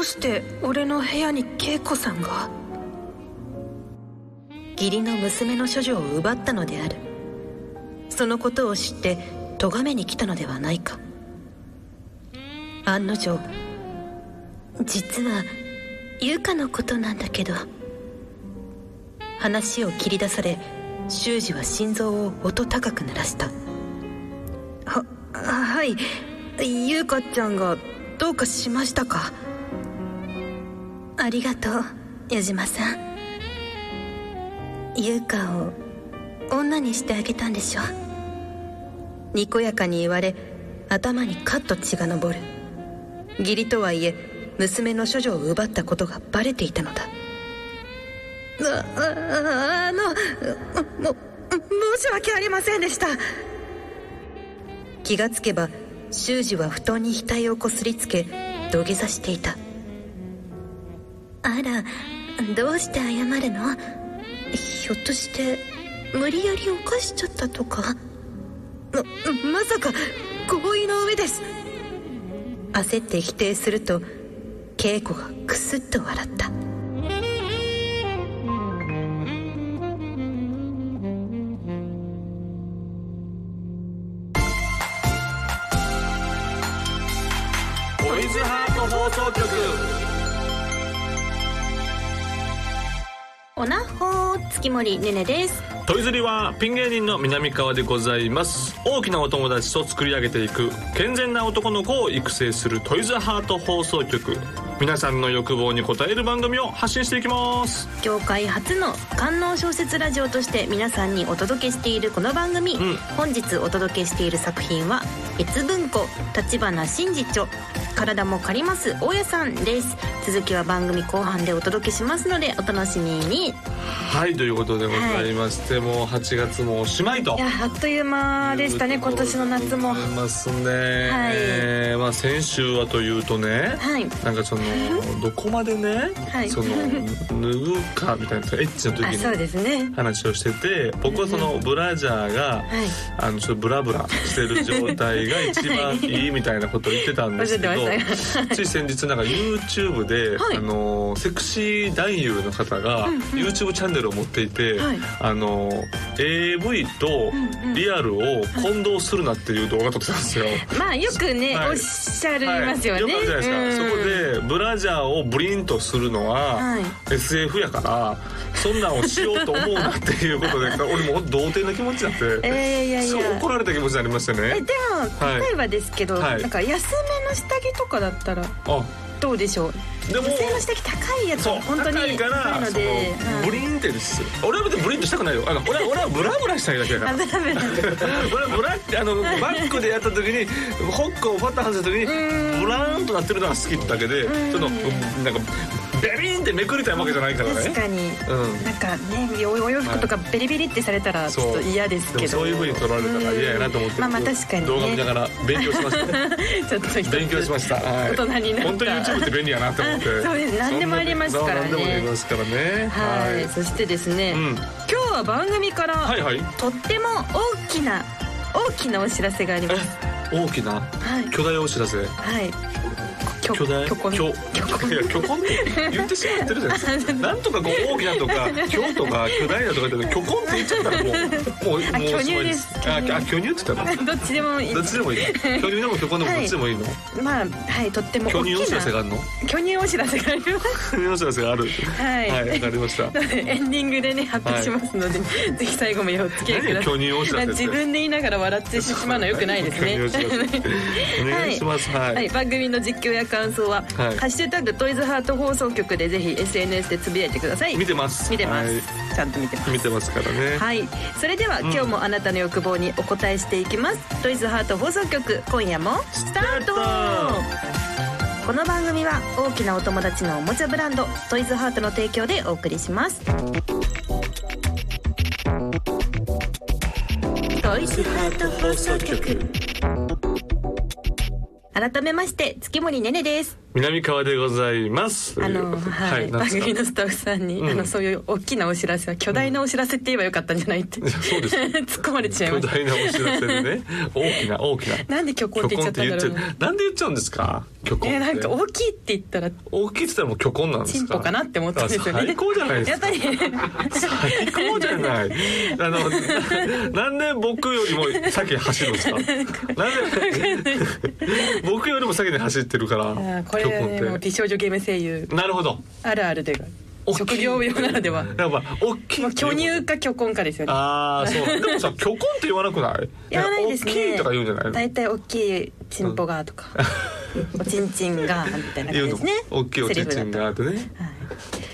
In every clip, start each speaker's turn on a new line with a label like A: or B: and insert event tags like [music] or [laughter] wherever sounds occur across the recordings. A: うして俺の部屋に恵子さんが義理の娘の処女を奪ったのであるそのことを知って咎めに来たのではないか案の定実は優香のことなんだけど話を切り出され修二は心臓を音高く鳴らしたははい優香ちゃんがどうかしましたかありがとう矢島さん優香を女にしてあげたんでしょにこやかに言われ頭にカッと血が昇る義理とはいえ娘の処女を奪ったことがバレていたのだあああのも申し訳ありませんでした気がつけば修二は布団に額をこすりつけ土下座していたあらどうして謝るのひょっとして無理やり犯しちゃったとかままさか合意の上です焦って否定すると恵子がクスッと笑った
B: トイズハート放送局
A: おなほー月森ねねです
B: トイズリはピン芸人の南川でございます大きなお友達と作り上げていく健全な男の子を育成するトイズハート放送局皆さんの欲望に応える番組を発信していきます
A: 業界初の官能小説ラジオとして皆さんにお届けしているこの番組、
B: ん
A: 本日お届けしている作品は別文庫立花真嗣著体も借ります大家さんです続きは番組後半でお届けしますのでお楽しみにい
B: はいということでございまして、もう8月もおしまいと
A: やあっという間でしたね今年の夏も
B: ありますね、
A: はい
B: えーまあ、先週はというとね、
A: はい
B: な
A: [laughs]
B: んかそのどこまでね、
A: はい
B: その脱ぐかみたいなエッチな時
A: あそう
B: に
A: ですね
B: 話をしてて僕はそのブラジャーが
A: はい
B: あのちょっとブラブラしてる状態が一番いいみたいなことを言ってたんですけど
A: [laughs] おっしゃってま
B: [laughs] つい先日なんか YouTube で、
A: はい
B: あのセクシー男優の方が
A: うんうん
B: YouTube チャンネルを持っていて、
A: はい
B: あの AV と
A: うんうん
B: リアルを混同するなっていう動画撮ってたんですよ。
A: まあよくね、
B: はい
A: おっしゃり
B: はい
A: ますよね、
B: くあるじゃないですか、そこでブラジャーをブリンとするのは、
A: はい
B: SF やからそんなんをしようと思うなっていうこ
A: [laughs]
B: とで俺もう童貞な気持ちになって、
A: えー、いやい
B: す
A: や
B: ごい怒られた気持ちになりました
A: え
B: ね
A: で
B: は
A: も
B: い
A: 例えばですけど、
B: はい
A: なんか安めの下着とかだったら
B: あ
A: どうでしょう
B: でも
A: 女性の下着高いやつ
B: そう
A: 本当に
B: 高いから
A: 高いの
B: その
A: で
B: ブリンってです俺は別にブリンとしたくないよあの俺は俺はブラブラしたいだけだから
A: [laughs] あダメなんだ
B: [laughs] 俺はブラってあのバックでやった時にホックをパッと外した時に
A: うん
B: ブラーンとなってるのが好きだけで
A: うん
B: そのなんかベビーンってめくりたいわけじゃないからね
A: 確かに
B: うん
A: なんかねおお洋服とかベリベリってされたらちょっと嫌です
B: で
A: け
B: も
A: ど
B: そういう風に撮られたら嫌やなと思って
A: まあまあ確かにね
B: 動画見ながら勉強しました
A: [laughs]
B: ね
A: [laughs] ちょっと一つ
B: 勉強しましたはい
A: 大人になった
B: 本当に YouTube って便利やなと思
A: [laughs]
B: って
A: そうです何でもありますからね
B: そんなそう何でもありますからね
A: はい、
B: はい
A: そしてですね、
B: うん
A: 今日は番組から、
B: はいはい
A: とっても大きな大きなお知らせがあります
B: え大きな
A: はい
B: 巨大お知らせ
A: はい巨
B: 巨大
A: 巨根
B: 巨いや巨根って言ってしまってるじゃないで
A: [laughs]
B: すかなんとかこう大きなとか巨とか巨大なとかって巨根って言っちゃったらもうもう
A: あ
B: も
A: 巨
B: うすごいです
A: 乳です
B: ああ巨乳って言ったの [laughs]
A: どっちでもいい
B: どっちでもいいの巨乳でも巨根でも
A: はい
B: どっちでもいいの
A: まあはいとっても
B: 巨
A: 大き
B: 乳
A: な
B: お知らせがあるの
A: 巨乳お知らせがあります [laughs]
B: 巨乳お知らせがある
A: はい
B: はいわかりました
A: のでエンディングでね発表しますので、ぜひ最後までお付き合いくだ
B: 何
A: さ
B: 巨
A: い
B: 乳お知らせって
A: 自分で言いながら笑ってしまうのはよくないですね
B: 巨乳お知らせお願いしますは
A: [laughs]
B: い、
A: はい、番組の実況や感想は「
B: はい
A: ハッシュタグトイズハート放送局」でぜひ SNS でつぶやいてください
B: 見てます
A: 見てます、
B: はい
A: ちゃんと見てます
B: 見てますから [laughs] ね
A: はい、それでは、今日もあなたの欲望にお答えしていきますトイズハート放送局今夜もスタート
B: スタ
A: この番組は大きなお友達のおもちゃブランドトイズハートの提供でお送りしますトイズハート放送局改めまして月森ねねです
B: 南川でございます
A: あの、は
B: はい
A: い、番
B: なんですか
A: 組のスタッフさんに、
B: ん
A: あのそういう大きなお知らせは巨大なお知らせって言えばよかったんじゃないって、
B: いやそうで
A: [laughs]
B: す
A: 突っ込まれちゃい
B: 巨
A: ました
B: 大なお知らせでね大きな大きな
A: なんで虚婚って言っち
B: 虚婚
A: ゃ
B: っ
A: ったん
B: て言
A: だ
B: っ
A: ろ
B: ちゃ
A: う
B: う
A: な
B: なんで言っちゃうんですか虚婚っ
A: え
B: て
A: なんか大きいって言ったら
B: 大きいって言ったらもう虚婚なんですか
A: チンポかなって思ったんですよね
B: あ最高じゃないで
A: やっ
B: すか
A: ぱり
B: 最高じゃない。あの、ななんで僕よりも先に走るんですか。なんで。僕よりも先に走ってるから。
A: あーこれはね
B: 教
A: も
B: 訓
A: う
B: って
A: 美少女ゲーム声優
B: なるほど。
A: あるあるで
B: 大きい
A: 職業用ならでは
B: やっぱ、大きい。
A: もう巨乳。か巨婚かですよね
B: ああ、そう。でもさ、虚婚って言わなくない。
A: 言わないですね
B: んか大きいとか言うんじゃない
A: 大体大きいチンポがとか、おちんちんがみたいな感
B: の。言
A: じ
B: う
A: で
B: の
A: すね。
B: 大きいおちんちんがあってね。
A: セリフだと。はい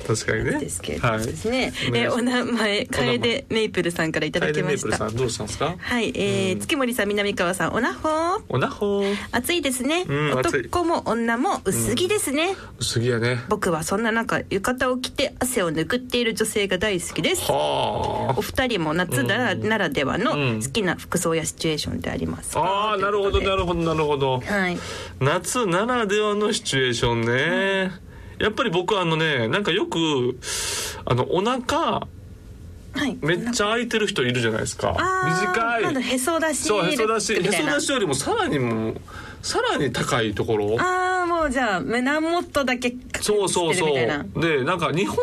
B: 確かにね。
A: ですけれども
B: はい。
A: ですね、
B: お願いし
A: え
B: ます
A: お名前楓メイプルさんからいただ
B: カエ
A: き
B: デ
A: ま
B: メイ
A: し
B: プル
A: た
B: さん、どうしたんですか。
A: はい、え
B: うん
A: ー、月森さん南川さんおなほー
B: おなほー。
A: 暑いですね、
B: うん暑い
A: 男も女も薄着ですね、
B: 薄着やね。
A: 僕はそんな中浴衣を着て汗をぬくっている女性が大好きです
B: は
A: お二人も夏なら,、
B: うん
A: ならではの
B: うん
A: 好きな服装やシチュエーションであります
B: あ。
A: か
B: ああ、なるほど、な
A: る
B: るほど、なるほど。
A: はい
B: 夏ならではのシチュエーションね、やっぱり僕はあのねなんかよくあのお腹
A: はい
B: めっちゃ空いてる人いるじゃないですか
A: あーなんだ
B: 短い
A: へそ出し
B: そうへそ出し
A: み
B: へ
A: たい
B: そ
A: な
B: 出しよりもさらにもうさらに高いところ
A: ああもうじゃあ胸元だけ隠してる
B: そうそうそう
A: みたいな
B: でなんか日本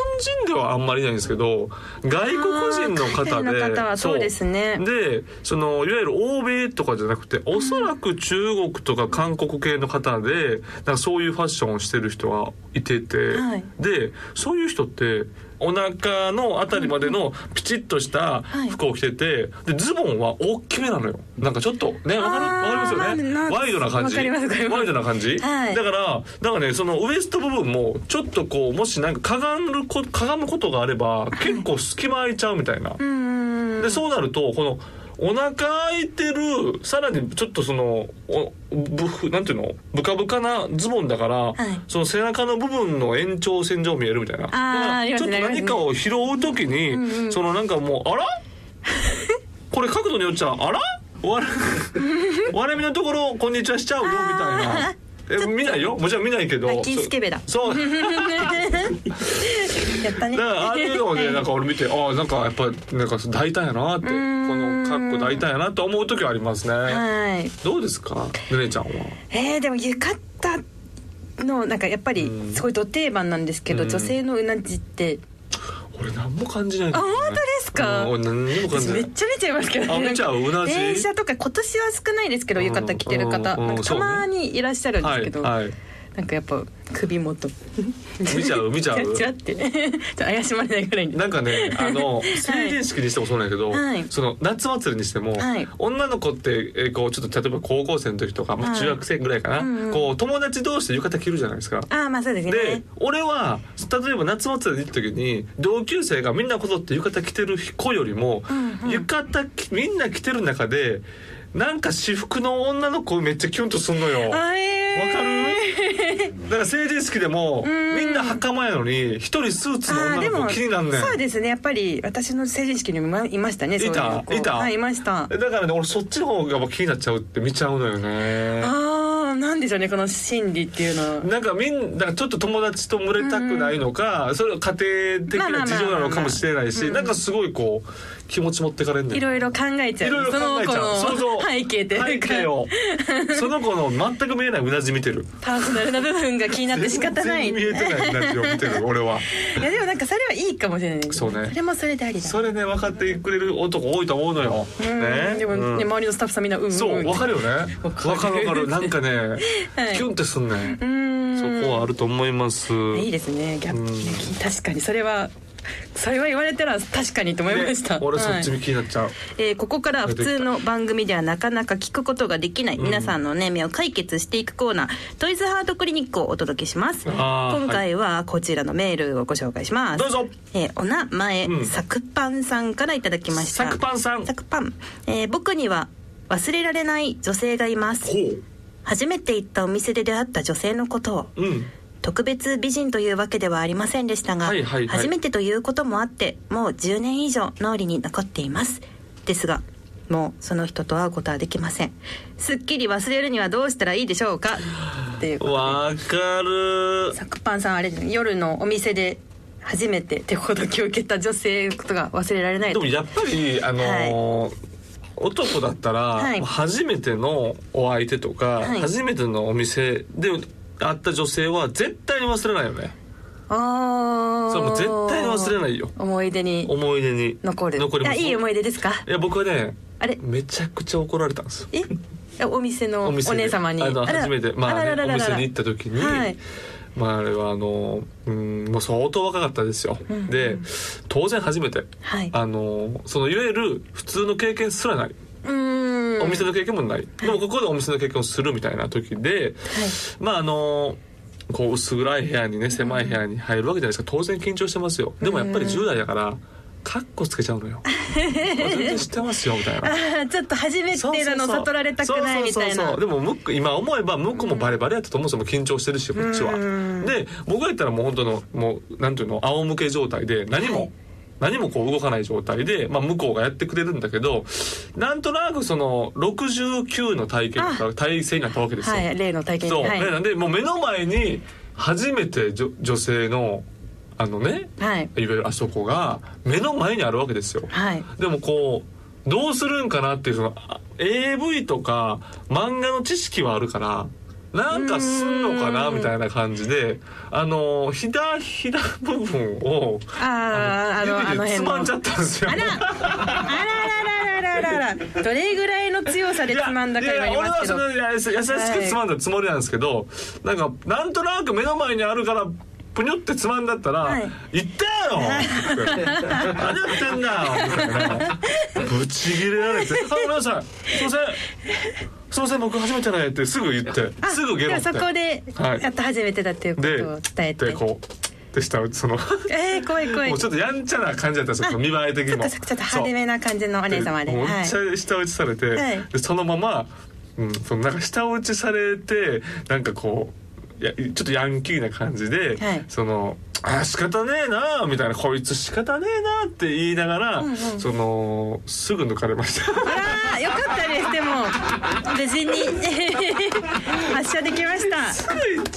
B: 人ではあんまりいないんですけど外国人の方
A: あー海
B: で
A: 外の方はそうですね
B: でそのいわゆる欧米とかじゃなくておそらく中国とか韓国系の方でなんかそういうファッションをしてる人がいてて、
A: はい
B: でそういう人ってお腹のあたりまでのピチッとした
A: はい
B: 服を着ててでズボンは大きめなのよなんかちょっとねわかる
A: あー
B: わかりますよ
A: まあな
B: ね
A: ん
B: ワイドな感じ
A: わかりますわかります
B: ワイドな感じ、
A: はい
B: だからだからねそのウエスト部分もちょっとこうもしなんかかがむこかがむことがあれば結構隙間空いちゃうみたいな、
A: うーん [laughs]
B: でそうなるとこのお腹空いてるさらにちょっとそのおぶふなんていうのブカブカなズボンだから、
A: い
B: その背中の部分の延長線上見えるみたいなだから
A: あり
B: ちょ
A: ます
B: っと
A: ねありますね
B: 何かを拾う時に、
A: うんうん
B: そのなんかもうあらこれ角度によっちゃあら
A: [laughs]
B: 割れ割れ目のところこんにちはしちゃうよみたいな。え見ないよもちろん見ないけど
A: ラッキースケベだ
B: そうそう
A: やったね
B: だからああいうのをねなんか俺見てああなんかやっぱなんか大胆やなってこ
A: ん
B: の格好大胆やなと思う時はありますね、
A: はい
B: どうですかねねちゃんは
A: えー、でも浴衣のなんかやっぱ
B: う
A: り
B: ん
A: すごいド定番なんですけど、
B: うん
A: 女性のうなじって
B: 俺何も感じないんだ
A: あ
B: よね、
A: 本当ですか、
B: うん俺何にも感
A: 私
B: じな
A: めっ
B: い
A: ちゃ見ちゃいますけど、
B: あ見ちゃう
A: なんか
B: うなじ
A: 電車とか今年は少ないですけど
B: うん
A: 浴衣着てる方、
B: うん
A: なんかたまにいらっしゃるんです
B: はい
A: けど、
B: はい
A: なんかやっぱ首元
B: 見ちゃう見ちゃう
A: チラッチラって [laughs] ちょっと怪しまれないぐらいに
B: なんかねあの成人式にしてもそうなんやけど、
A: はい
B: その夏祭りにしても、
A: はい
B: 女の子って、えーこうちょっと例えば高校生の時とか、まあ、
A: はい
B: 中学生ぐらいかな、
A: うんうん
B: こう友達同士で浴衣着るじゃないですか。
A: ああまあそうです
B: で
A: ね
B: 俺は例えば夏祭りに行った時に同級生がみんなこぞって浴衣着てる子よりも、
A: うんうん
B: 浴衣着みんな着てる中でなんか私服の女の子めっちゃキュンとすんのよ。わか
A: あえー
B: るだから成人式でも
A: ん
B: みんな袴やのに一人スーツの
A: あー
B: 女
A: で
B: の
A: も
B: 子気になんねん。
A: そうですねやっぱり私の成人式にもいまいましたね
B: いた
A: そういう子
B: いた
A: はいいました
B: だからね俺そっちの方が気になっちゃうって見ちゃうのよね。
A: ああなんでしょうねこの心理っていうのは
B: なんかみんなちょっと友達と群れたくないのか、それは家庭的な事情なのかもしれないし、
A: まあま
B: な
A: あまあまあ
B: んかすごいこう気持ち持ってかれんねん
A: いろいろ考えちゃう
B: いろいろ考えちゃう
A: その
B: 想
A: 子
B: 像
A: の背景とい
B: 背
A: うか
B: 景をその子の全く見えないうなじ見てる
A: パーソナルな部分が気になって仕方ないい
B: 全然見えてないうなじを見てる俺は
A: やでもなんかそれはいいかもしれないです
B: そうね
A: それもそれでありだ
B: それね分かってくれる男多いと思うのよ、
A: うん
B: ね
A: でも
B: うん
A: ね周りのスタッフさんみんなうんん
B: そう分かるよね分
A: かる
B: かる分かるなんかね、
A: はい
B: キュンってすんね
A: う、ん
B: そこはあると思います
A: いいですねギャップ、
B: うん
A: 確かにそれはそれは言われたら確かにと思いました、
B: ね俺そっち
A: はい
B: に気になっちゃう、
A: えーここからは普通の番組ではなかなか聞くことができない皆さんのお悩みを解決していくコーナー、トイズハートクリニックをお届けします
B: あー
A: 今回はこちらのメールをご紹介します
B: どうぞ
A: えーお名前、
B: うん
A: サクパンさんからいただきました
B: サクパンさん
A: サクパン、えー僕には忘れられない女性がいます
B: ほ
A: 初めて行ったお店で出会った女性のことを
B: ううん
A: 特別美人というわけではありませんでしたが、
B: はいはいはい
A: 初めてということもあってもう10年以上脳裏に残っていますですがもうその人と会うことはできませんすっきり忘れるにはどうしたらいいでしょうかっていう
B: わかる
A: サクパンさんあれですね夜のお店で初めて手ほどきを受けた女性のことが忘れられない
B: でもやっぱりあのー男だったら、
A: はい
B: 初めてのお相手とか、
A: はい
B: 初めてのお店で会った女性は絶対に忘れないよね
A: ああ
B: それもう絶対に忘れないよ
A: 思い出に
B: 思い出に
A: 残る
B: 残ります
A: あいい思い出ですか
B: いや僕はね
A: あれ
B: めちゃくちゃ怒られたんですよ
A: えあお店のお
B: 店で
A: 姉様に
B: あの
A: あら
B: 初めてまあ,、ね、
A: ららららら
B: お店に行った時に、
A: はい
B: まああれはあのうんもう相当若かったですよ、
A: うんうん
B: で当然初めて、
A: はい
B: あのそのいわゆる普通の経験すらない、
A: うーん
B: お店の経験もないでもここでお店の経験をするみたいな時で、まああのこう薄暗い部屋にね狭い部屋に入るわけじゃないですか当然緊張してますよでもやっぱり10代だからカッコつけちゃ
A: [laughs]
B: うのよ全然知ってますよみたいな
A: あーちょっと初め
B: そうそう
A: て
B: そう
A: なの悟られたくないみたい
B: そうそうそうそ
A: な
B: うでも向こう今思えば向こうもバレバレやったと思うんですよもう緊張してるしこっちは
A: うん
B: で僕が言ったらもう本当のもうなんていうの仰向け状態で何も、
A: はい
B: 何もこう動かない状態で、まあ、向こうがやってくれるんだけどなんとなくその69の体験とか体勢になったわけですよ、
A: はい例の体験
B: そう、
A: はい
B: ねなんでもう目の前に初めて女女性のあのね
A: はい
B: いわゆるあそこが目の前にあるわけですよ、
A: はい
B: でもこうどうするんかなっていうそのあ AV とか漫画の知識はあるからなんかすんのかな
A: うーん
B: みたいな感じであのひだひだ部分を
A: あああのあ
B: 指
A: の
B: でつ
A: 辺の
B: まんじゃったんですよ。
A: あらあらららららららどれぐらいの強さ
B: い
A: でつ
B: や
A: まんだかに
B: い
A: な
B: や
A: り
B: 俺
A: ます
B: は
A: け
B: そ
A: ど
B: のいや優しくつまんだつもりなんですけど、なんかなんとなく目の前にあるからぷにょってつまんだったら「
A: はい
B: 行ったやろ!」って「何やってんだよ!」みたいなぶち切れられて「あごめんなさいすいませんすいません僕初めてね」ってすぐ言って
A: あ
B: すぐゲロって
A: じゃあそこで
B: はい
A: やっと初めてだっていうことを伝えて、
B: でこうでしたその
A: えー、怖い怖い
B: もうちょっとやんちゃな感じだったんですよその見栄え的
A: ち
B: に
A: ょっ
B: も
A: とちょっと派手めな感じのお姉様で、
B: めっ
A: は
B: ちゃ舌打ちされて、
A: はい
B: でそのまま、うん、そのなんか舌打ちされてなんかこういやちょっとヤンキーな感じで、
A: はい
B: その「あ仕方ねえな」みたいな「こいつ仕方ねえな」って言いながら、
A: んうん
B: そのすぐ抜かれました。
A: あらよかったですでも無事に
B: [laughs]
A: 発射できました
B: 行っ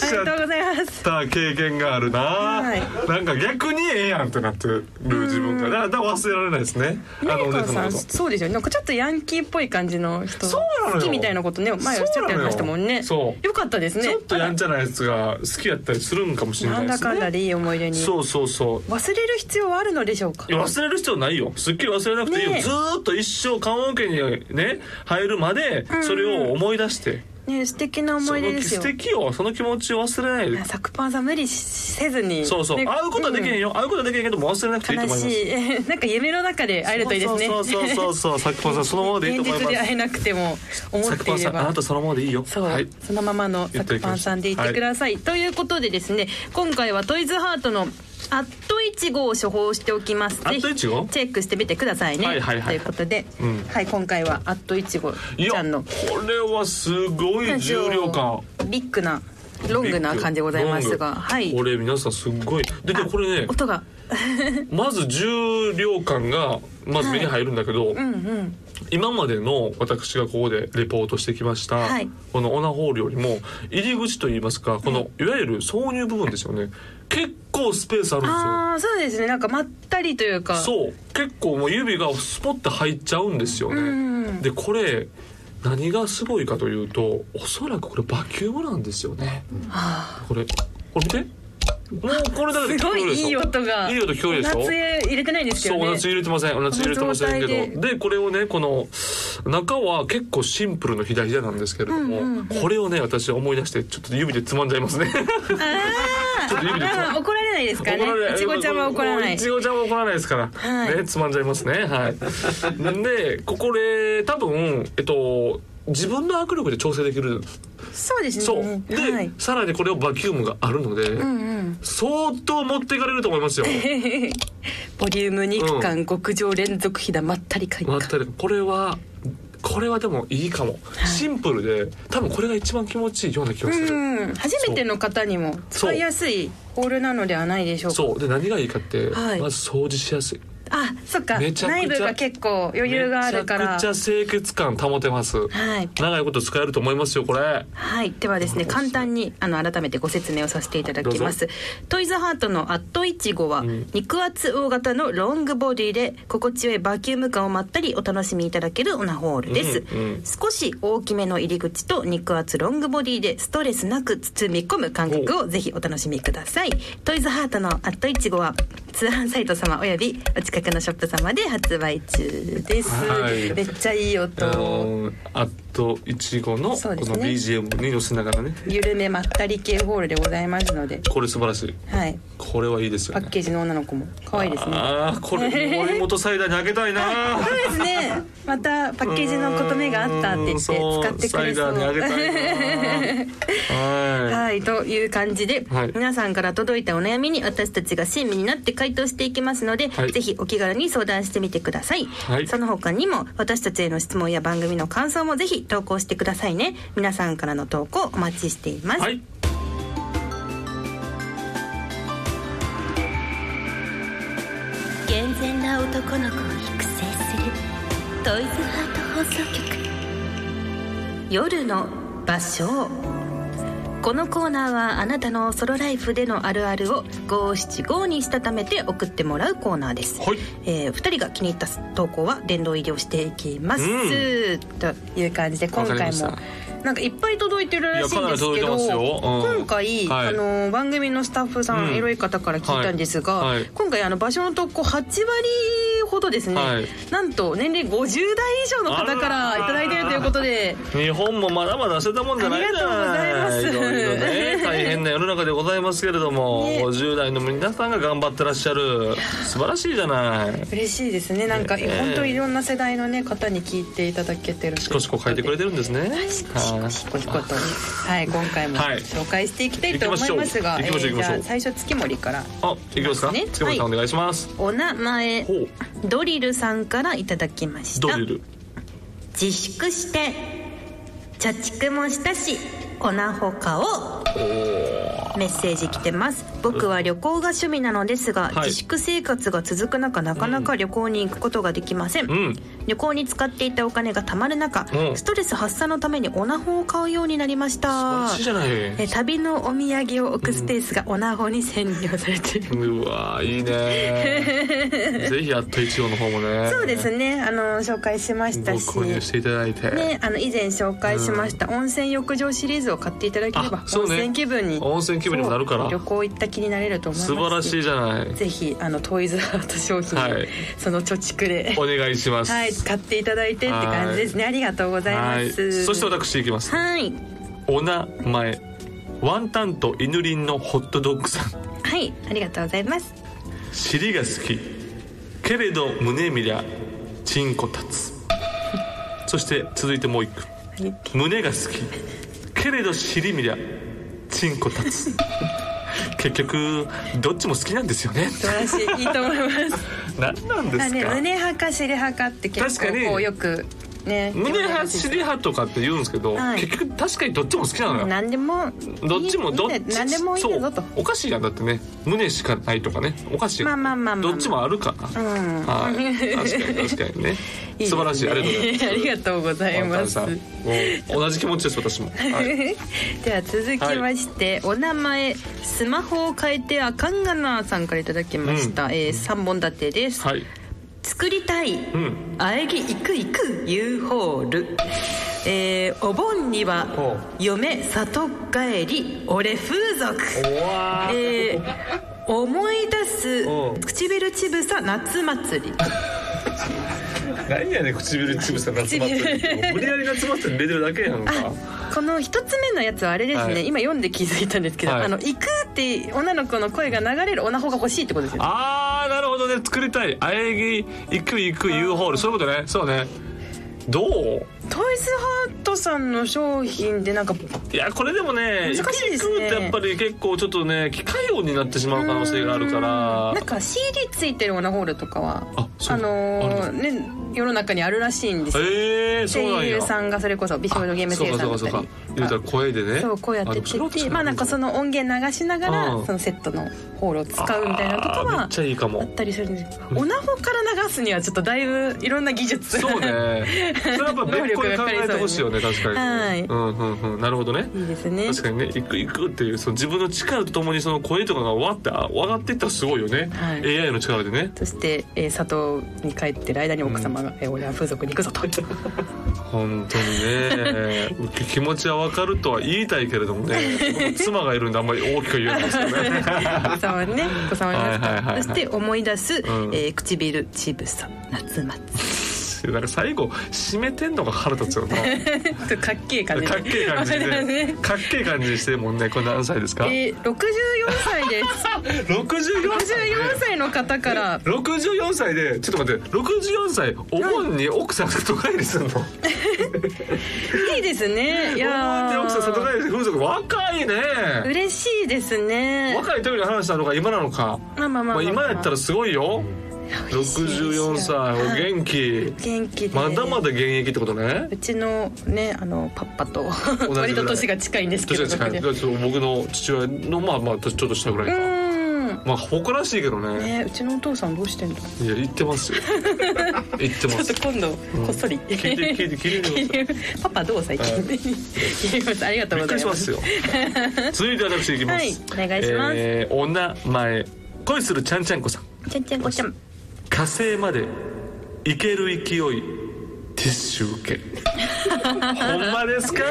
A: あ
B: ち
A: りが
B: ゃっ
A: とうございます
B: た経験があるな、
A: はい
B: なんか逆にええやんってなってる自分がだからだから忘れられないですねあのお
A: ね
B: 姉
A: ね
B: さ
A: こさ
B: んのこ
A: ん
B: と
A: そうですよねなんかちょっとヤンキーっぽい感じの人
B: そうなの
A: 好
B: よ
A: きみたいなことね前おっしゃってましたもんね
B: そうなのよそう
A: よかったですね
B: ちょっとやんちゃなやつが好きやったりするんかもしれ
A: な
B: ない
A: ん
B: で
A: だ
B: す
A: かんだ
B: ね
A: でいい思い出に
B: そうそうそう
A: 忘れる必要はあるのでしょうか
B: いや忘れる必要ないよすっきり忘れなくていいよ、
A: ねえ
B: ずーっと一生棺桶にね入るまで
A: ん
B: それを思い出して、
A: ね素敵な思い出です
B: その
A: よ
B: 素敵よその気持ちを忘れないで、
A: あサクパンさん無理しせずに
B: そうそう、
A: ね
B: 会うことはできへんよ、会うことはできへんけども忘れなくていいと
A: 悲
B: 思います
A: しい [laughs] えなんか夢の中で会えるといいですね
B: そ
A: [laughs]
B: うそうそうそうそうさっきもさんそのままでいいと
A: 現
B: 思い
A: 実
B: ま
A: で会え
B: す
A: なくても思っ
B: さき
A: て
B: ぽん
A: い
B: さ
A: れ
B: んあ
A: ば
B: なたそのままでいいよ
A: そう、
B: はい
A: そのままの
B: 言っ
A: 作
B: ていきま
A: パン
B: した
A: さんでいてください、ということでですね今回はトイズハートのアットイチゴを処方しておきます
B: アットイチ
A: ぜ
B: ゴ
A: ひチェックしてみてくださいね、
B: はいはいはい
A: ということで、
B: うん
A: はい今回はアットイチゴ
B: い
A: ち
B: や
A: ゃんの
B: これはすごい重量感
A: ビッグなロングな感じでございます
B: ロン
A: が
B: グ
A: はい
B: これ皆さんすっごいででこれね
A: 音が
B: まず重量感がまず目に入るんだけど、
A: うんうん
B: 今までの私がここでレポートしてきました、
A: はい
B: このオナホールよりも入り口といいますかこの、いわゆる挿入部分ですよね結構スペースあるんですよ
A: ああそうですねなんかまったりというか
B: そう結構もう指がスポッて入っちゃうんですよね、
A: うん
B: でこれ何がすごいかというとおそらくこれバキュームなんですよね
A: あ
B: これこれ見てもうこれだ
A: ー
B: けです聞こ
A: ご
B: えるで
A: い
B: しょ
A: いい音が
B: いい音聞こえるでしょ
A: お夏入れてないんですけ
B: そう
A: ど
B: お
A: ね
B: 夏入れてませんお夏入れてません
A: この
B: け
A: 状
B: どでこれをねこの中は結構シンプルのひだひだなんですけれども、
A: うんうんうん
B: これをね私思い出してちょっと指でつまんじゃいますねちょっと指でつまん
A: あー怒られないですからね
B: 怒られない
A: ちごちゃんは怒らない
B: いちごちゃんは怒らないですから、
A: はい
B: ねつまんじゃいますねはい [laughs] なんでここで多分えっと自分の握力で調整できる
A: そうですね
B: そうで、
A: はい
B: さらにこれをバキュームがあるので、
A: うんうん、
B: 相当持っていかれると思
A: [laughs]
B: いますよ
A: ボリューム2巻、極上連続ひだまったりかい
B: まったりこれはこれはでもいいかも、シンプルで多分これが一番気持ちいいような気がする、
A: うん初めての方にも使いやすいホールなのではないでしょうか
B: そうで何がいいかって、
A: はい
B: まず掃除しやすい
A: あそっか
B: めちゃくちゃ
A: 内部が結構余裕があるから
B: めちゃくちゃ清潔感保てます
A: はい
B: 長いこと使えると思いますよこれ
A: はい、ではですね簡単にあの改めてご説明をさせていただきま
B: ど
A: すトイズハートのアットイチゴは、
B: ん
A: 肉厚大型のロングボディで心地よいバキューム感をまったりお楽しみいただけるオナホールです、
B: うんうん
A: 少し大きめの入り口と肉厚ロングボディでストレスなく包み込む感覚をぜひお楽しみくださいトイズハートのアットイチゴは通販サイト様およびお近くのショップ様で発売中です、
B: はい
A: めっちゃいい
B: あ
A: 音
B: のあといちごのこ
A: そ
B: の
A: うですね
B: BGM に寄せながらね
A: 緩めまったり系ホールでございますので
B: これ素晴らしい
A: はい
B: これはいいですよ
A: パ
B: ね
A: ッケージの女の子も可愛いですね。
B: ああこれ森本サイダーにあげたいな
A: そうですね。また [laughs] パッケージのこと目があったって言って
B: うん
A: 使ってくれそう
B: サイダーにあげたいな
A: [laughs]
B: は
A: はいという感じで、
B: はい
A: 皆さんから届いたお悩みに私たちが親身になって回答していきますので、
B: はい
A: ぜひお気軽に相談してみてください、
B: はい
A: その他にも私たちへの質問や番組の感想もぜひ投稿してくださいね皆さんからの投稿お待ちしています、
B: いはい
C: 健全な男の子を育成するトイズハート放送局
A: 夜の場所このコーナーはあなたのソロライフでのあるあるを五七五にしたためて送ってもらうコーナーです、
B: はい
A: えー、2人が気に入った投稿は殿堂入りをしていきます、
B: うん
A: という感じで今
B: わかり
A: 回
B: まし
A: も
B: た
A: なんかいっぱい届いてるらしいんですけ
B: いやかなり届いて
A: ど、
B: ますようん
A: 今回、
B: はい
A: あのー番組のスタッフさん、
B: うん
A: エロい方から聞いたんですが、
B: はいはい
A: 今回あの場所の投稿8割ほどですね、
B: はい
A: なんと年齢50代以上の方からいただいてるということで。
B: 日本もまだまだ捨てたもんじゃないな
A: ありがとうございます
B: ろいろね大変な世の中でございますけれども、
A: ね
B: 50代の皆さんが頑張ってらっしゃる素晴らしいじゃない
A: 嬉しいですねなんか
B: ねえ
A: 本当いろんな世代のね方に聞いていただけてる
B: シコシコ書いてくれてるんですね
A: シコシコシコシコとはい今回も
B: はい
A: 紹介していきたいと思いますが、
B: 行き
A: え
B: ましょう行き
A: ー
B: ま
A: じ
B: しょう
A: ゃあ最初月森から
B: あ、いきますか
A: ね
B: 塚本さ
A: は
B: んお
A: い
B: 願いします
A: お名前
B: ほう
A: ドリルさんからいただきました
B: ドリル
A: 自粛して貯蓄もしたしオナホカをメッセージ来てます僕は旅行が趣味なのですが、
B: はい
A: 自粛生活が続く中なかなか旅行に行くことができません、
B: うん
A: 旅行に使っていたお金がたまる中、
B: うん
A: ストレス発散のためにオナホを買うようになりまし
B: 素晴ら
A: た
B: しいじゃない
A: え旅のお土産を置くスペースがオナホに占領されている、
B: うわいいね
A: [laughs]
B: ぜひあっと一応の方もね
A: そうですねあの紹介しました
B: ご
A: し
B: 購入していただいて、
A: ね、あの以前紹介しました温泉浴場シリーズを買っていただければ
B: あ、そうね
A: 温泉気分に
B: 温泉気分にもなるから
A: そう旅行行った気になれると思います
B: 素晴らしいじゃない
A: ぜひあのトイズハート商品、
B: はい
A: その貯蓄で
B: お願いします
A: はい使っていただいてって感じですねありがとうござい
B: は
A: ま
B: い
A: す
B: そして私いきます
A: はい
B: お名前ワンタンと犬輪のホットドッグさん
A: はいありがとうございます
B: 尻が好きけれど胸見りゃチンコ立つそして続いてもう一句
A: い
B: 胸が好きけれど尻見りゃチンコ立つ結局どっちも好きなんですよね
A: 素晴らしいいいと思い
B: [laughs]
A: ます
B: 何なんで
A: あ
B: す
A: ね
B: か
A: 胸派か尻派かって結
B: 確かに
A: 構こうよくね
B: 胸派尻派とかって言うんですけど、
A: はい
B: 結局確かにどっちも好きなのよ、
A: 何でも
B: どっちもどっ
A: いい
B: ち
A: んだ何でもいいんだぞと
B: そうおかしいやんだってね胸しかないとかねおかしい
A: まあまあまあまあまあ
B: どっちもあるから、
A: ん
B: はい確かに確か
A: [laughs]
B: にね素晴らしいありがとうございます
A: ありがとうござい
B: ワンタ
A: ま [laughs]
B: ン
A: す
B: さんもう同じ気持ちです私も、はい、
A: では続きまして、お名前スマホを変えてあかんがなさんからいただきました、えー、3本立てです、
B: はい、
A: 作りたい、
B: ん
A: あえぎ行く行く U ホールえー、お盆には
B: ほ
A: 嫁里帰り俺風俗
B: うわー
A: えー、思い出す
B: うん
A: 唇ちぶさ夏祭り
B: 何やねん唇つぶさ夏祭りって無理やり夏祭りに出てるだけやんか
A: この一つ目のやつはあれですね、
B: はい
A: 今読んで気づいたんですけど、
B: はい
A: あの行くって女の子の声が流れるオナホが欲しいってことですよね
B: あーなるほどね作りたいあえぎ行く行く U ホールそういうことねそうねどう
D: トイズハートさんの商品でなんか
B: いやこれでもね
D: 難しいです
B: 行く行く
D: ね
B: ってやっぱり結構ちょっとね機械音になってしまう可能性があるから
D: なんか CD ついてるオナホールとかは
B: あそう
D: の
B: あ
D: ーね世の中にあるらしいんですよ
B: ええー、そうな
D: 声
B: ん
D: 優
B: や
D: さんがそれこそ美少女ゲーム声優さんだっ
B: そうかそうかそうか言
D: たり
B: うたら声でね
D: そうこうやって
B: あでもそれ
D: て
B: は確かに
D: まあなんかその音源流しなが
B: う
D: ら
B: ん
D: そのセットのホールを使うみたいなと
B: あ
D: か
B: ーめっ
D: は
B: ちゃいいか
D: あ
B: も
D: ったりするんですオナホから流すにはちょっとだいぶいろんな技術
B: そうねそれはやっぱ別個で考えてほしいよね確かに、
D: はい
B: うんうんうんなるほどね
D: [laughs] いいですね
B: 確かにね行く行くっていうその自分の力とともにその声とかがわってあ上がっていったらすごいよね、
D: はい
B: AI の力でね
D: そして、えー、佐藤に帰ってる間に奥様が「えー俺は風俗に行くぞ」と
B: 本当に
D: [laughs]
B: ね気持ちは分かるとは言いたいけれどもね妻がいるんであんまり大きく言えないですよ
D: [laughs]
B: ね
D: 奥様ね奥様になった、
B: はいはいはいはい
A: そして思い出す、
B: ん
A: えー唇ちぶさ夏祭
B: [laughs]
A: り
B: なんか最後締めてんのが腹立つよな
D: ちょっとかっけえ感じ
B: かっけえ感じ
D: そうで
B: [laughs]
D: す
B: で
D: ね
B: かっけえ感じしてるもんねこれ何歳ですか、
D: えー、64歳
B: [laughs]
D: です
B: 64歳
D: 64歳の方から
B: 64歳でちょっと待って64歳お盆に奥さんが里帰りするの、
D: いいですね
B: お盆
D: い
B: に
D: や
B: 奥さん里帰
D: ー
B: りして風俗若いね
D: 嬉しいですね
B: 若い時の話なのか今なのか、
D: まあまあまあまあ
B: まあ、今やったらすごいよ64歳お元気
D: 元気で
B: まだまだ現役ってことね
D: うちのねあのパッパと
B: い
D: 割と年が近いんですけど
B: 年が近い
D: 僕ね
B: 僕の父親のまあまあちょっと下ぐら
D: う
B: いか、
D: ーん
B: まあ誇らしいけどね
D: ねうちのお父さんどうしてんのち
B: いや言ってます
D: [laughs]
B: よ言ってま
D: ょっ
B: す
D: と今度こっそり、
B: 聞いて聞いて聞い [laughs] てください
D: パパどう最近、
B: はい
D: 聞いてますありがとう
B: びっ
D: ご
B: くり
D: ざい
B: し
D: ま
B: ます
D: [laughs]
B: すよ続いて私いきます、
D: はいお願いします
B: えーお名前恋するちゃんちゃんこさん
A: ちゃんちゃんこちゃん
B: 火星まで行ける勢いティッシュ
D: [laughs]
B: 受けほんまですか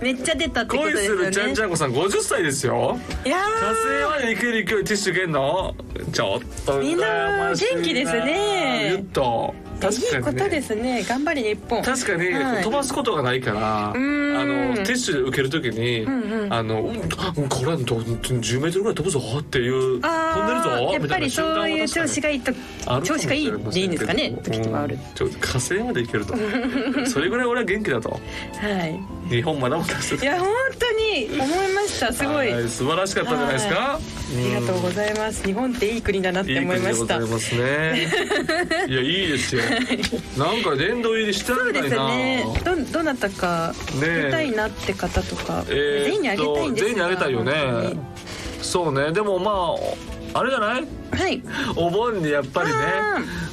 A: めっちゃ出たってこと
B: 恋
A: ですすよ
B: るちゃん
A: ね
B: ちゃんこさん50歳ですよ
D: いや
B: 火星まで行ける勢いティッシュ受けんのちょっと
D: みんな
B: 羨ましい
D: 元気ですね
B: ゆっと確か
D: ーいい
B: に、
D: こ
B: ね、
D: とですね頑張り日本
B: 確かに、
D: はい
B: 飛ばすことがないからあの
D: ん
B: ティッシュで受けるときに、あのうんあこれと10メートルぐらい飛ぶぞっていう飛んでる
D: あー
B: ぞ
D: やっ
B: みた
D: ぱ
B: いな
D: り
B: 瞬
D: そう
B: 間
D: い
B: は
D: う
B: 確か
D: 調
B: に
D: 子がいいと
B: あるか
D: 調
B: も
D: 子
B: し
D: が
B: れ
D: いい
B: ませ
D: でいいんですかね
B: けど
D: 時とはある
B: うんちょっと火星まで行ける
D: [laughs]
B: とそれぐらい俺は元気だと
D: はい
B: 日本まだまだす
D: いや本当に思いましたすごい
B: は
D: あ
B: 素晴らしかったんじゃないですか
D: りがとうございます日本っていい国だなって思いました
B: いい国でございますねいやいいですよなんか殿堂入りして
D: そう
B: みた
D: で
B: い
D: す
B: な
D: ねどどなたか
B: え
D: あげたいなって方とか、
B: えーっと
D: 全員にあげたいんですが
B: 全員にあげたいよ
D: 本当
B: ね
D: に
B: そうねでもまああれじゃない
D: はい
B: お盆にやっぱりね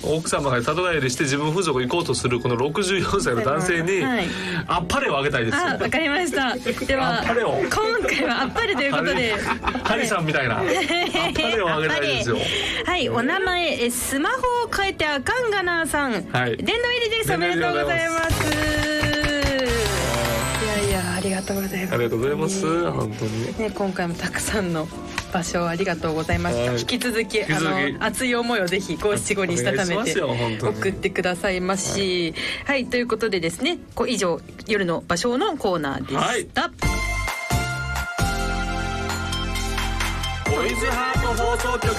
B: 奥様が里帰りして自分風俗行こうとするこの64歳の男性に、
D: はい
B: あっぱれをあげたいですよ
D: あわかりましたで
B: あ
D: は
B: っぱれを
D: 今回はあっぱれということで
B: ハリさんみたいなあっぱれをあげたいですよ
A: はいお名前えスマホを変えてあかんがなさん
B: はい
A: 殿堂入りですおめでとうございます
D: いやいやありがとうございます
B: ありがとうございます本当に
D: ね、今回もたくさんの場所をありがとうございました、
B: はい
D: 引き続き
B: き続き
D: あの熱い思いをぜひ五七五にしたた
B: お
D: め
B: 願い
D: て
B: しますよ本当に
D: 送ってくださいましはい、ということでですねこう以上夜の場所のコーナーでした、
B: トイズハート放送局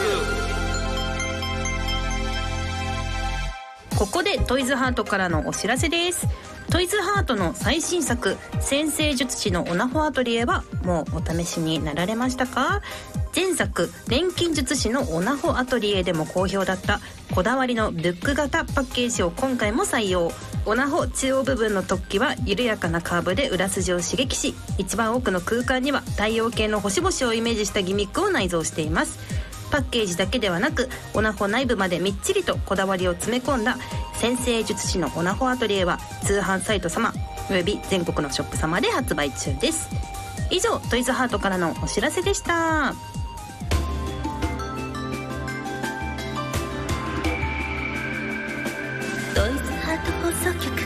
A: ここでトイズハートからのお知らせですトイズハートの最新作「先生術師のオナホアトリエ」はもうお試しになられましたか前作「錬金術師のオナホアトリエ」でも好評だったこだわりのブック型パッケージを今回も採用オナホ中央部分の突起は緩やかなカーブで裏筋を刺激し一番奥の空間には太陽系の星々をイメージしたギミックを内蔵していますパッケージだけではなくオナホ内部までみっちりとこだわりを詰め込んだ先生術師のオナホアトリエは通販サイト様および全国のショップ様で発売中です以上トイズハートからのお知らせでした
C: ドイツハート放送局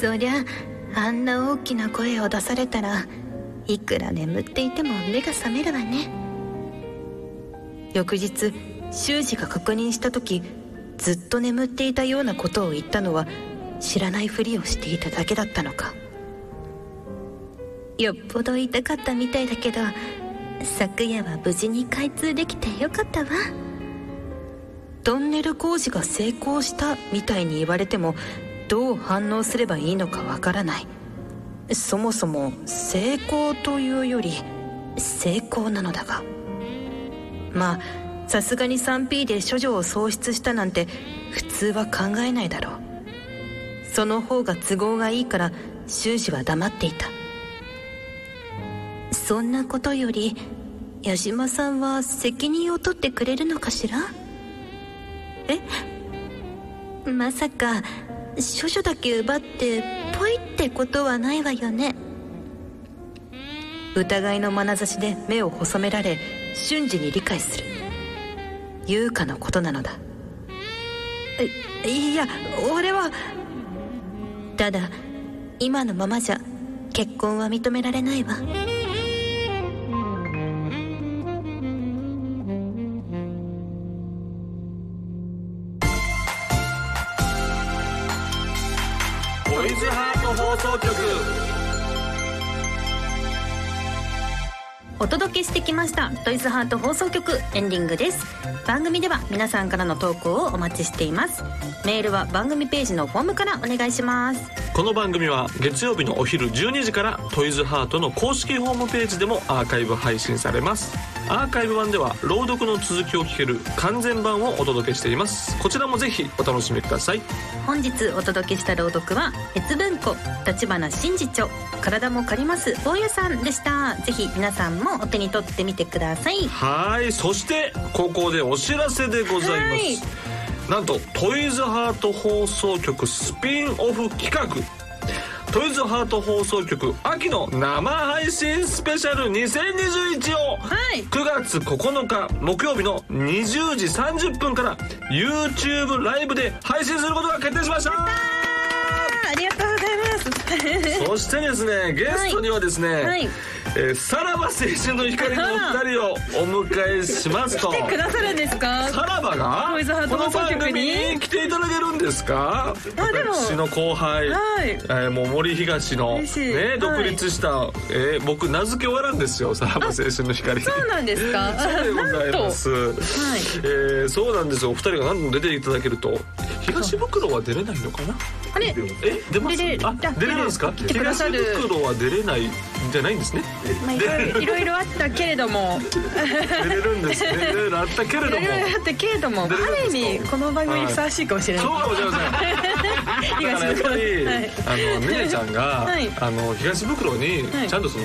C: そりゃあんな大きな声を出されたらいくら眠っていても目が覚めるわね
A: 翌日修二が確認した時ずっと眠っていたようなことを言ったのは知らないふりをしていただけだったのかよっぽど痛かったみたいだけど昨夜は無事に開通できてよかったわトンネル工事が成功したみたいに言われてもどう反応すればいいのかわからないそもそも成功というより成功なのだがまあさすがに 3P で処女を喪失したなんて普通は考えないだろうその方が都合がいいから修二は黙っていたそんなことより矢島さんは責任を取ってくれるのかしらえまさか処女だけ奪ってポイってことはないわよね疑いの眼差しで目を細められ瞬時に理解する優香のことなのだ
E: いいや俺は
A: ただ今のままじゃ結婚は認められないわ
B: トイズハート放送局
E: お届けしてきましたトイズハート放送局エンディングです番組では皆さんからの投稿をお待ちしていますメールは番組ページのフォームからお願いします
B: この番組は月曜日のお昼12時からトイズハートの公式ホームページでもアーカイブ配信されますアーカイブ版では朗読の続きを聞ける完全版をお届けしていますこちらもぜひお楽しみください
E: 本日お届けした朗読は越文庫立花真嗣著体も借ります大家さんでしたぜひ皆さんもお手に取ってみてください
B: はいそしてここでお知らせでございます、なんとトイズハート放送局スピンオフ企画トイズハート放送局秋の生配信スペシャル2021を
D: い
B: 9月9日木曜日の20時30分から YouTube ライブで配信することが決定しました
D: ありがとうございます
B: そしてですねゲストにはですね、
D: はい
B: えーさらば青春の光のお二人をお迎えしますと
D: くださるんですか
B: さらばが
D: トイズハー
B: こ
D: ト
B: の
D: 放送
B: 番
D: 局
B: 組
D: に
B: に来ていただけるんですか
D: あでも
B: 私の後輩、
D: はい
B: えーもう森東の、
D: 嬉しいは
B: ね、
D: い
B: 独立した、えー僕名付け親なんですよさらば青春の光に。
D: そうなんで
B: [laughs]
D: すか
B: でござい
D: なん
B: ま
D: と
B: す、えーそうなんですよお二人が何度も出ていただけると東袋は出れないのかな
D: あれ
B: え出ます
D: 出れる
B: あ
D: あ
B: 出れるんですか
D: 来てくださ
B: 東
D: る
B: 袋は出れないんじゃないんですね
D: [laughs] まあいろいろいろいろあったけれども
B: 出れるんですねいろいろあったけれ
D: い
B: ど
D: ろ
B: も
D: いろあったけれどもあ
B: 出れるんで
D: る
B: すか
D: 意味この番組にふさわしいかも
B: [laughs]
D: しれない
B: そうかもしれませんだからやっぱり、
D: はい
B: あのねねちゃんが、
D: はい
B: あの東袋に
D: い
B: ちゃんとその、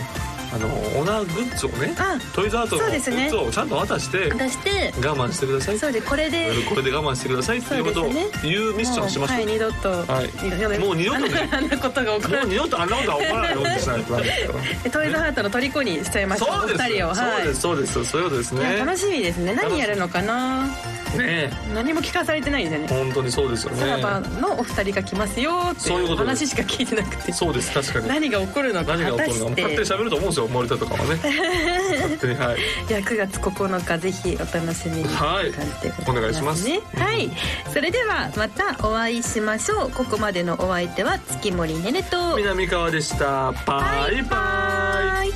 B: あのオーナーグッズをね
D: あ
B: トイズアートの
D: そう
B: グ
D: ですね
B: ッズをちゃんと渡して
D: 出して
B: 我慢してください
D: そうでこれで
B: これで我慢してくださいっていうことを
D: そう
B: 言
D: です
B: うミッションをしまし
D: もうはい
B: た
D: 二度と、
B: はいもう二度とね
D: [laughs] あんなことが起こ
B: も
D: ら
B: う
D: な
B: 二度とあんなことは起こらないようにしないとダメです
D: [laughs]
B: から
D: いトイズハートの虜にしちゃいました
B: そうです
D: お二人を
B: そうですそうですそういうことです
D: いや
B: ね
D: 楽しみですね何やるのかな
B: ね
D: 何も聞かされてないんですよね
B: 本当にそうですよ
D: さらば
B: ね
D: のお二人が来ますよーって
B: そういう
D: い
B: こ
D: う
B: とです
D: 話しか聞いてなくて
B: そうです確かに
D: 何が起こるのか
B: 何
D: 果
B: が
D: た
B: 起こるのか
D: し
B: も勝
D: て
B: 手に喋ると思うんですよ森田とかはね勝手にはい
D: じゃあ9月9日ぜひお楽しみに
B: はい
D: 感じでござ
B: お願いします
D: ねはいそれではまたお会いしましょうここまでのお相手は月森ねねと
B: 南川でしたバイバイ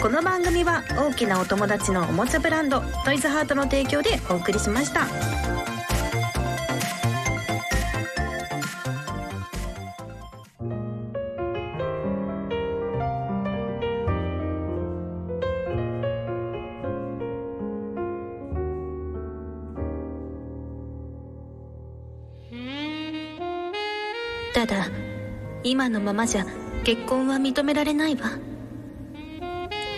E: この番組は大きなお友達のおもちゃブランドトイズハートの提供でお送りしました
A: ただ今のままじゃ結婚は認められないわ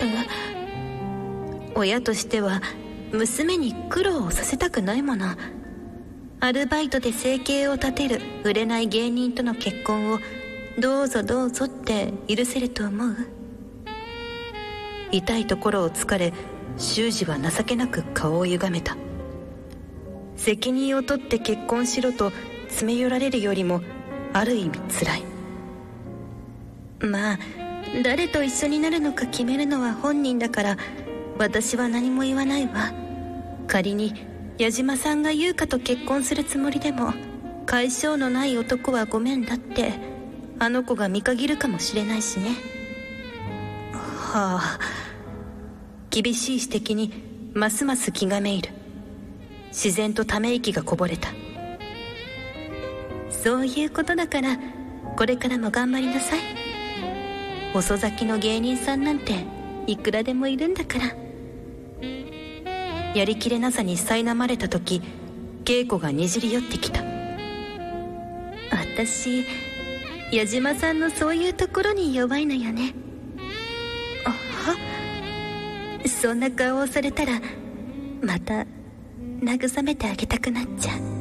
A: うん親としては娘に苦労をさせたくないものアルバイトで生計を立てる売れない芸人との結婚をどうぞどうぞって許せると思う痛いところを突かれ修二は情けなく顔を歪めた責任を取って結婚しろと詰め寄られるよりもある意味つらいまあ誰と一緒になるのか決めるのは本人だから私は何も言わないわ仮に矢島さんが優香と結婚するつもりでも解消のない男はごめんだってあの子が見限るかもしれないしねはあ厳しい指摘にますます気がめいる自然とため息がこぼれたそういうことだからこれからも頑張りなさい遅咲きの芸人さんなんていくらでもいるんだからやりきれなさに苛まれた時稽古がにじり寄ってきた私矢島さんのそういうところに弱いのよねあはそんな顔をされたらまた慰めてあげたくなっちゃう